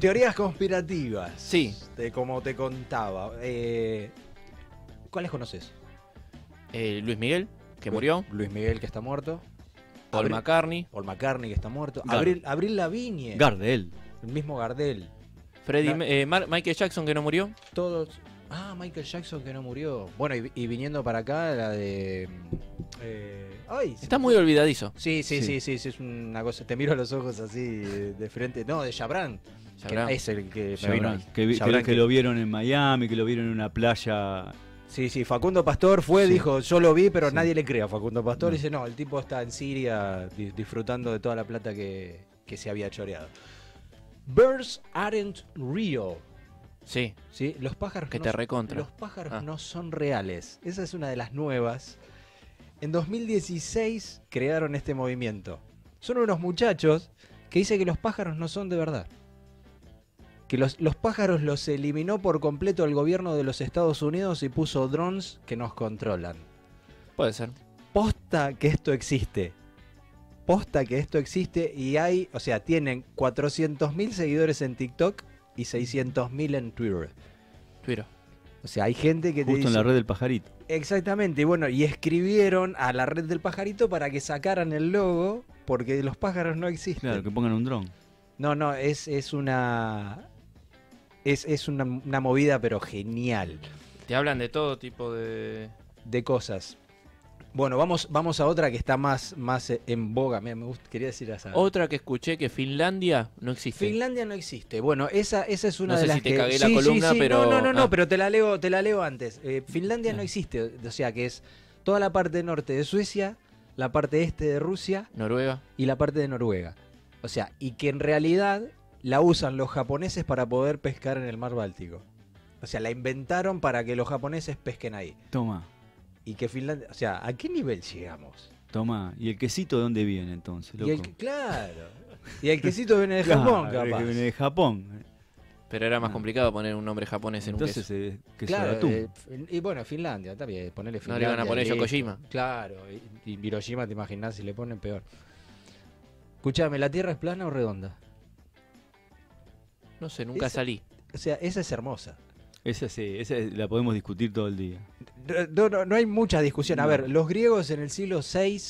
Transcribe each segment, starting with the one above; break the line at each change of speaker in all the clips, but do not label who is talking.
Teorías conspirativas.
Sí.
Te- como te contaba. Eh, ¿Cuáles conoces?
Eh, Luis Miguel, que murió.
Luis Miguel, que está muerto.
Paul
Abri-
McCartney.
Paul McCartney, que está muerto.
Gar-
Abril, Abril Lavigne.
Gardel.
El mismo Gardel.
Freddie,
Gar-
eh, Mar- Michael Jackson, que no murió.
Todos. Ah, Michael Jackson que no murió. Bueno, y, y viniendo para acá, la de. eh, ay, se-
Está muy olvidadizo.
Sí, sí, sí,
Sí.
sí, sí, es una cosa. Te miro a los ojos así eh, de frente. No, de Jabran.
Ya
que
habrá.
Es el que me vino.
Chabrán, que, vi- que-
Chabrán
que lo vieron en Miami, que lo vieron en una playa.
Sí, sí, Facundo Pastor fue,
Sí.
dijo, yo lo vi, pero
Sí.
nadie le cree a Facundo Pastor.
No.
Dice, no, el tipo está en Siria di- disfrutando de toda la plata que, que se había choreado. Birds aren't real.
Sí.
¿sí? Los pájaros,
Que
no,
te
son-
recontra.
los pájaros
Ah.
no son reales. Esa es una de las nuevas. En 2016 crearon este movimiento. Son unos muchachos que dicen que los pájaros no son de verdad. Que los, los pájaros los eliminó por completo el gobierno de los Estados Unidos y puso drones que nos controlan.
Puede ser.
Posta que esto existe. Posta que esto existe y hay, o sea, tienen 400.000 seguidores en TikTok y 600.000 en Twitter.
Twitter.
O sea, hay gente que te
Justo en
dice-
la red del pajarito.
Exactamente, y bueno, y escribieron a la red del pajarito para que sacaran el logo, porque los pájaros no existen.
Claro, que pongan un dron.
No, no, es, es una. Es, es una, una movida, pero genial,
Te hablan de todo tipo de.
de cosas. Bueno, vamos, vamos a otra que está más, más en boga. Mira, me gust- quería decir esa.
Otra que escuché que Finlandia no existe.
Finlandia no existe. Bueno, esa, esa es una
No
de
sé
las
si te
que-
cagué la
Sí, sí,
columna,
sí.
pero-
No, no, no, no,
ah.
pero te la leo, te la leo antes. Eh, Finlandia no existe, o sea que es toda la parte norte de Suecia, la parte este de Rusia
Noruega.
y la parte de Noruega. O sea, y que en realidad la usan los japoneses para poder pescar en el mar Báltico. O sea, la inventaron para que los japoneses pesquen ahí.
Toma,
Y que Finlandia, o sea, ¿a qué nivel llegamos?
toma. ¿Y el quesito de dónde viene entonces,
Y el,
loco?
claro. Y el quesito viene de
Claro,
Japón,
que
capaz.
viene de Japón.
Pero era más
Ah.
complicado poner un nombre japonés en un
Entonces,
queso.
eh, queso de
Claro,
atún.
eh, fin- y bueno, Finlandia, está bien, ponele
No le
eh, Finlandia.
iban a poner
listo.
Yokoshima.
Claro, y, y Hiroshima te imaginas si le ponen peor. Escuchame, ¿la Tierra es plana o redonda?
No sé, nunca
Ese-
salí.
O sea, esa es hermosa.
Esa sí, esa la podemos discutir todo el día.
No, no- no hay mucha discusión. A
No.
ver, los griegos en el siglo VI,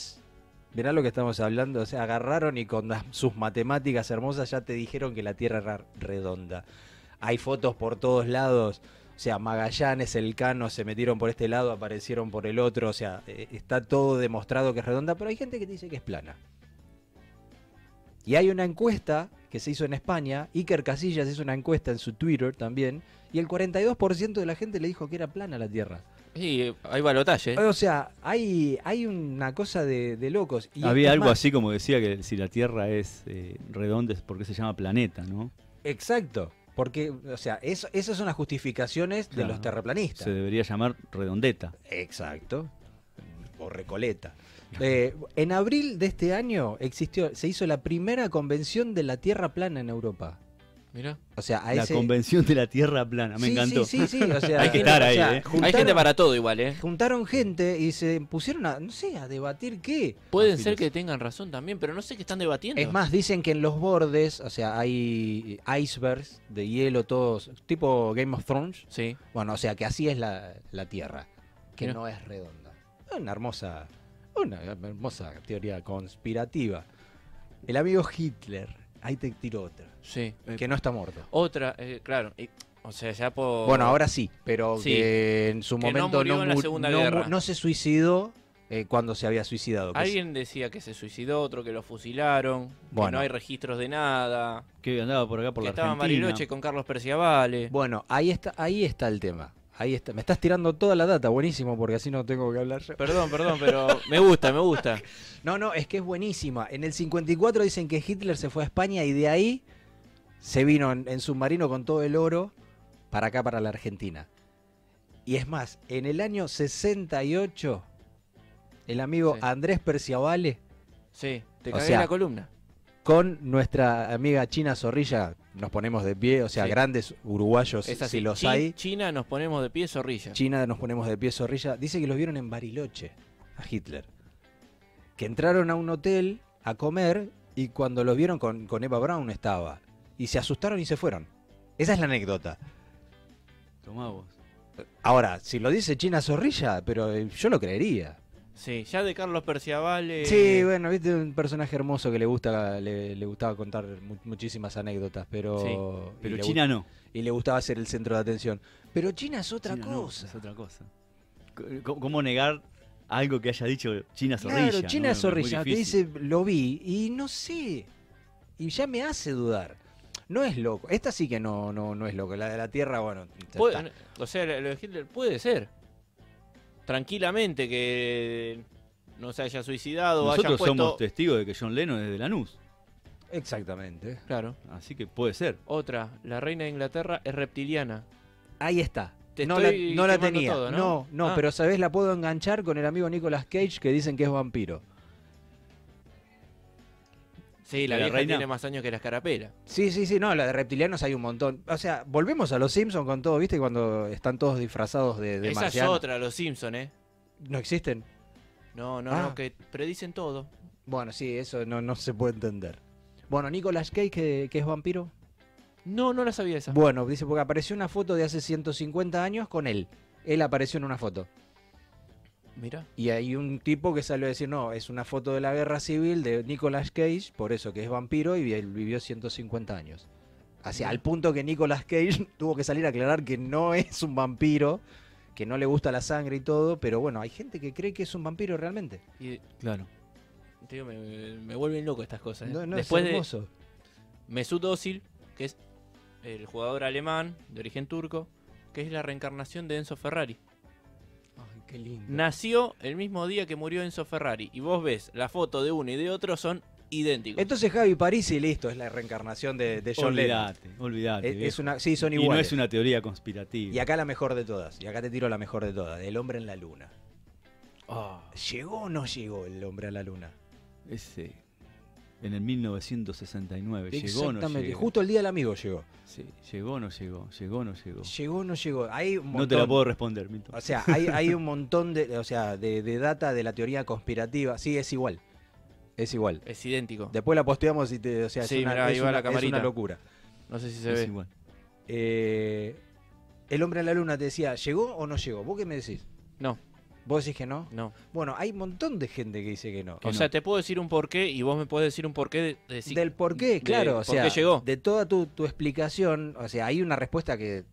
verá lo que estamos hablando, o sea, agarraron y con las- sus matemáticas hermosas ya te dijeron que la Tierra era redonda. Hay fotos por todos lados. O sea, Magallanes, el Cano se metieron por este lado, aparecieron por el otro. O sea, eh, está todo demostrado que es redonda, pero hay gente que te dice que es plana. Y hay una encuesta que se hizo en España. Iker Casillas hizo una encuesta en su Twitter también. Y el 42% de la gente le dijo que era plana la Tierra.
Sí, eh, hay balotaje.
O sea, hay, hay una cosa de, de locos. Y
Había
es
algo
más-
así como decía que si la Tierra es eh, redonda es porque se llama planeta, ¿no?
Exacto. Porque, o sea, eso, esas son las justificaciones de
Claro.
los terraplanistas.
Se debería llamar redondeta.
Exacto. O Recoleta. Eh, en abril de este año existió, se hizo la primera convención de la Tierra plana en Europa.
Mirá.
O sea, a
La
ese-
convención de la Tierra plana, me
Sí,
encantó.
Sí, sí, sí, o sea,
Hay que estar
o
ahí,
sea,
¿eh? Hay
Hay
juntaron-
gente para todo igual, ¿eh?
Juntaron gente y se pusieron a, no sé, a debatir qué.
Pueden
Así
ser
es.
que tengan razón también, pero no sé qué están debatiendo.
Es más, dicen que en los bordes, o sea, hay icebergs de hielo, todos, tipo Game of Thrones.
Sí.
Bueno, o sea, que así es la, la Tierra, que
Mirá.
no es redonda. Una hermosa, una hermosa teoría conspirativa. El amigo Hitler, ahí te tiro otra,
Sí.
que no está muerto.
Otra, eh, claro. y- o sea, ya por.
Bueno, ahora sí, pero
Oh. Sí.
que en su
Que no
momento
murió
no,
en la
mu-
Segunda
no mu-
Guerra.
no se suicidó eh, cuando se había suicidado. que
Alguien decía que se suicidó, otro que lo fusilaron. Que
Bueno.
no hay registros de nada.
Que andaba por acá por
que
la
estaba en
Argentina.
Bariloche con Carlos Perciavale.
Bueno, ahí está, ahí está el tema. Ahí está. Me estás tirando toda la data, buenísimo, porque así no tengo que hablar yo.
Perdón, perdón, pero me gusta, me gusta.
No, no, es que es buenísima. En el 54 dicen que Hitler se fue a España y de ahí se vino en, en submarino con todo el oro para acá, para la Argentina. Y es más, en el año 68, el amigo
Sí.
Andrés Perciavale
Sí, te
O
cagué
sea,
la columna.
con nuestra amiga China Zorrilla, nos ponemos de pie, o sea,
Sí.
grandes uruguayos,
Es
si
así.
los
Chi-
hay.
China nos ponemos de pie zorrilla.
China nos ponemos de pie zorrilla. Dice que los vieron en Bariloche a Hitler. Que entraron a un hotel a comer y cuando los vieron con, con Eva Brown estaba. y se asustaron y se fueron. Esa es la anécdota.
Tomá vos.
Ahora, si lo dice China Zorrilla, pero eh, yo lo creería.
Sí, ya de Carlos
Eh.
Perciavale.
Sí, bueno, viste un personaje hermoso que le gusta, le, le gustaba contar mu- muchísimas anécdotas, pero,
Sí,
y
Pero
le
China no.
gu- y le gustaba ser el centro de atención. Pero China es otra
China no,
cosa.
es otra cosa. C- eh, ¿Cómo, cómo negar algo que haya dicho China Zorrilla?
Claro, China
¿no? Es muy
Zorrilla te
difícil.
dice, lo vi y no sé. Y ya me hace dudar. No es loco. Esta sí que no, no, no es loco. La de la Tierra, bueno. ya
Puede-
está.
o sea, lo de Hitler puede ser. Tranquilamente que no se haya suicidado, haya
Nosotros
puesto...
somos testigos de que John Lennon es de Lanús.
Exactamente.
Claro.
Así que puede ser.
Otra, la reina de Inglaterra es reptiliana.
Ahí está.
Te
no la,
estoy
no la
quemando
tenía.
todo, ¿no?
no, no,
Ah.
pero sabés, la puedo enganchar con el amigo Nicolas Cage que dicen que es vampiro.
Sí, la,
¿La
vieja
reina?
tiene más años que la escarapela.
Sí, sí, sí, no, la de reptilianos hay un montón. O sea, volvemos a los Simpsons con todo, ¿viste? Cuando están todos disfrazados de, de
Esa
marciano.
es otra, los Simpson, ¿eh?
No existen.
No, no,
Ah.
no, que predicen todo.
Bueno, sí, eso no, no se puede entender. Bueno, Nicolas Cage que- que es vampiro.
No, no la sabía esa.
Bueno, dice porque apareció una foto de hace 150 años con él. Él apareció en una foto.
Mira.
Y hay un tipo que salió a decir, no, es una foto de la guerra civil de Nicolas Cage, por eso que es vampiro y él vivió 150 años. Así, al punto que Nicolas Cage tuvo que salir a aclarar que no es un vampiro, que no le gusta la sangre y todo, pero bueno, hay gente que cree que es un vampiro realmente.
Y,
Claro.
te digo, me, me vuelven loco estas cosas. ¿eh?
No, no,
Después
es
de
hermoso.
Mesut Özil, que es el jugador alemán de origen turco, que es la reencarnación de Enzo Ferrari.
Ay, qué lindo.
Nació el mismo día que murió Enzo Ferrari. Y vos ves la foto de uno y de otro son idénticos.
Entonces Javi París y listo, es la reencarnación de, de John Lennon.
Olvídate, olvídate.
Es-
viejo.
es una, sí, son
y no
iguales.
es una teoría conspirativa.
Y acá la mejor de todas, y acá te tiro la mejor de todas, el hombre en la luna.
Ah,
¿Llegó o no llegó el hombre a la luna?
ese. En el 1969. Llegó o no llegó.
Justo el día del amigo llegó.
Sí, llegó o no llegó. Llegó o no llegó.
Llegó o no llegó. Hay un montón,
No te la puedo responder, Milton.
O sea, hay, hay un montón de, o sea, de, de data de la teoría conspirativa. Sí, es igual. Es igual.
Es idéntico.
Después la posteamos y te, o sea, es
Sí,
una-
mirá, ahí
es
va
una-
la
es una
camarita.
locura.
No sé si se
Es
ve.
igual.
Eh, el hombre en la luna te decía, ¿llegó o no llegó? ¿Vos qué me decís?
No,
¿Vos decís que no?
no.
Bueno, hay un montón de gente que dice que no.
O
no.
sea, te puedo decir un porqué y vos me podés decir un porqué de, de si-
del por qué,
de
claro. o
por
sea,
qué llegó.
De toda tu, tu explicación, o sea, hay una respuesta que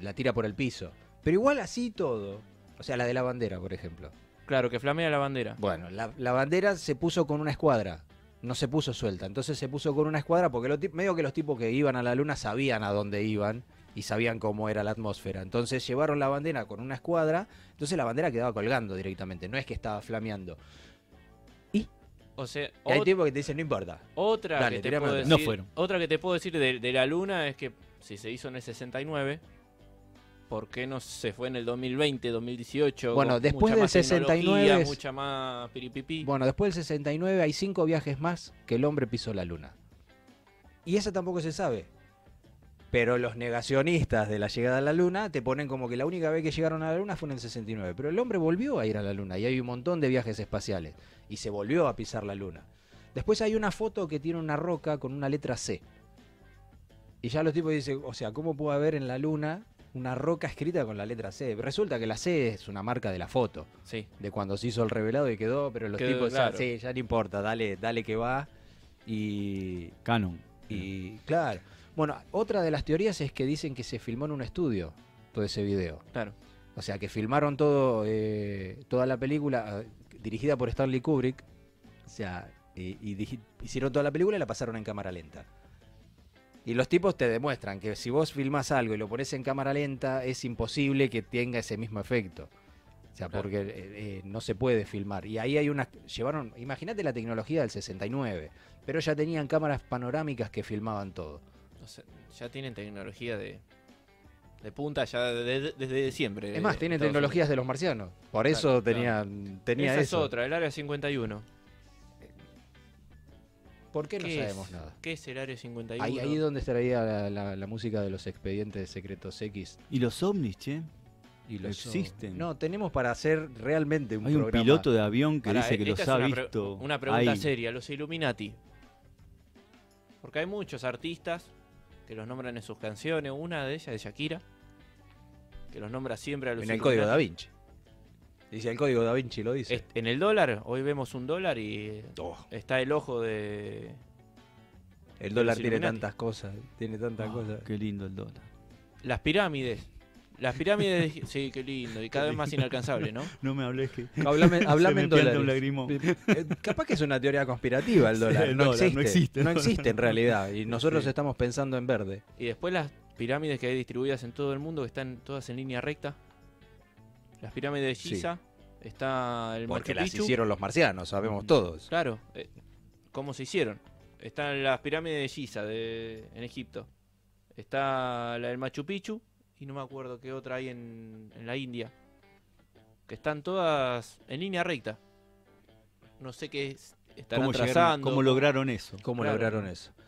la tira por el piso. Pero igual así todo. O sea, la de la bandera, por ejemplo.
Claro, que flamea la bandera.
Bueno, la, la bandera se puso con una escuadra. No se puso suelta. Entonces se puso con una escuadra porque los, tip- medio que los tipos que iban a la luna sabían a dónde iban y sabían cómo era la atmósfera. Entonces llevaron la bandera con una escuadra. Entonces la bandera quedaba colgando directamente. No es que estaba flameando.
O sea,
Y hay
ot-
tipos que te dicen, no importa.
otra
Dale,
que te
tirame
puedo
otra.
decir,
No fueron.
otra que te puedo decir de, de la luna es que si se hizo en el 69, ¿por qué no se fue en el 2020, 2018?
Bueno,
con
después
mucha
del
más tecnología,
69 es-
mucha más piripipí.
Bueno, después del 69 hay cinco viajes más que el hombre pisó la luna. Y esa tampoco se sabe. Pero los negacionistas de la llegada a la luna te ponen como que la única vez que llegaron a la luna fue en el 69. Pero el hombre volvió a ir a la luna y hay un montón de viajes espaciales. Y se volvió a pisar la luna. Después hay una foto que tiene una roca con una letra C. Y ya los tipos dicen, o sea, ¿cómo puede haber en la luna una roca escrita con la letra C? Resulta que la C es una marca de la foto
Sí.
de cuando se hizo el revelado y quedó, pero los
Quedó,
tipos
claro.
ya, sí, ya no importa, dale, dale que va. Y,
Canon.
y claro. Bueno, otra de las teorías es que dicen que se filmó en un estudio todo ese video.
Claro.
O sea, que filmaron todo, eh, toda la película eh, dirigida por Stanley Kubrick. O sea, y, y digi- hicieron toda la película y la pasaron en cámara lenta. Y los tipos te demuestran que si vos filmás algo y lo pones en cámara lenta, es imposible que tenga ese mismo efecto. O sea,
Claro.
porque eh, eh, no se puede filmar. Y ahí hay unas. Llevaron. Imagínate la tecnología del 69. Pero ya tenían cámaras panorámicas que filmaban todo.
O sea, ya tienen tecnología de, de punta ya de- de- desde siempre.
Es más, tienen
Eh, Estados
tecnologías de los marcianos. Por eso
Claro,
tenían, tenía
Esa
eso.
es otra, el área 51.
¿Por qué no sabemos
es,
nada?
¿Qué es el área 51?
Ahí, ahí donde estaría la, la- la música de los expedientes secretos X
¿Y los ovnis, che?
y los
Existen.
No, tenemos para hacer realmente un
Hay un
programa.
piloto de avión que
Pará,
dice
eh,
que
esta
los
es
ha
una pre-
visto.
Una pregunta
ahí.
seria, los Illuminati. Porque hay muchos artistas que los nombran en sus canciones, una de ellas de Shakira, que los nombra siempre a los
En el
Illuminati.
código da Vinci. Dice el código da Vinci, lo dice.
Este,
Est- En el dólar, hoy vemos un dólar y
Oh,
está el ojo de...
el dólar
los
tiene
Illuminati.
tantas cosas, tiene tantas
Ah,
cosas.
Qué lindo el dólar.
Las pirámides. Las pirámides, de- sí, qué lindo, y cada vez más inalcanzable, ¿no?
No me hables que.
Hablame, hablame
me
en
pianta
dólares.
un lagrimón.
Eh, Capaz que es una teoría conspirativa el
Sí,
dólar.
el
no,
dólar,
existe,
no
no
existe.
existe. en realidad. Y nosotros
Sí.
estamos pensando en verde.
Y después las pirámides que hay distribuidas en todo el mundo, que están todas en línea recta. Las pirámides de
Sí.
Giza, está el
Porque
Machu
las
Picchu.
hicieron los marcianos, sabemos
Mm.
todos.
Claro, eh, ¿cómo se hicieron? Están las pirámides de Giza de, en Egipto. Está la del Machu Picchu y no me acuerdo qué otra hay en, en la India. Que están todas en línea recta. No sé qué es- están
¿Cómo, llegaron-
atrasando.
cómo lograron eso?
¿Cómo
Claro.
lograron eso?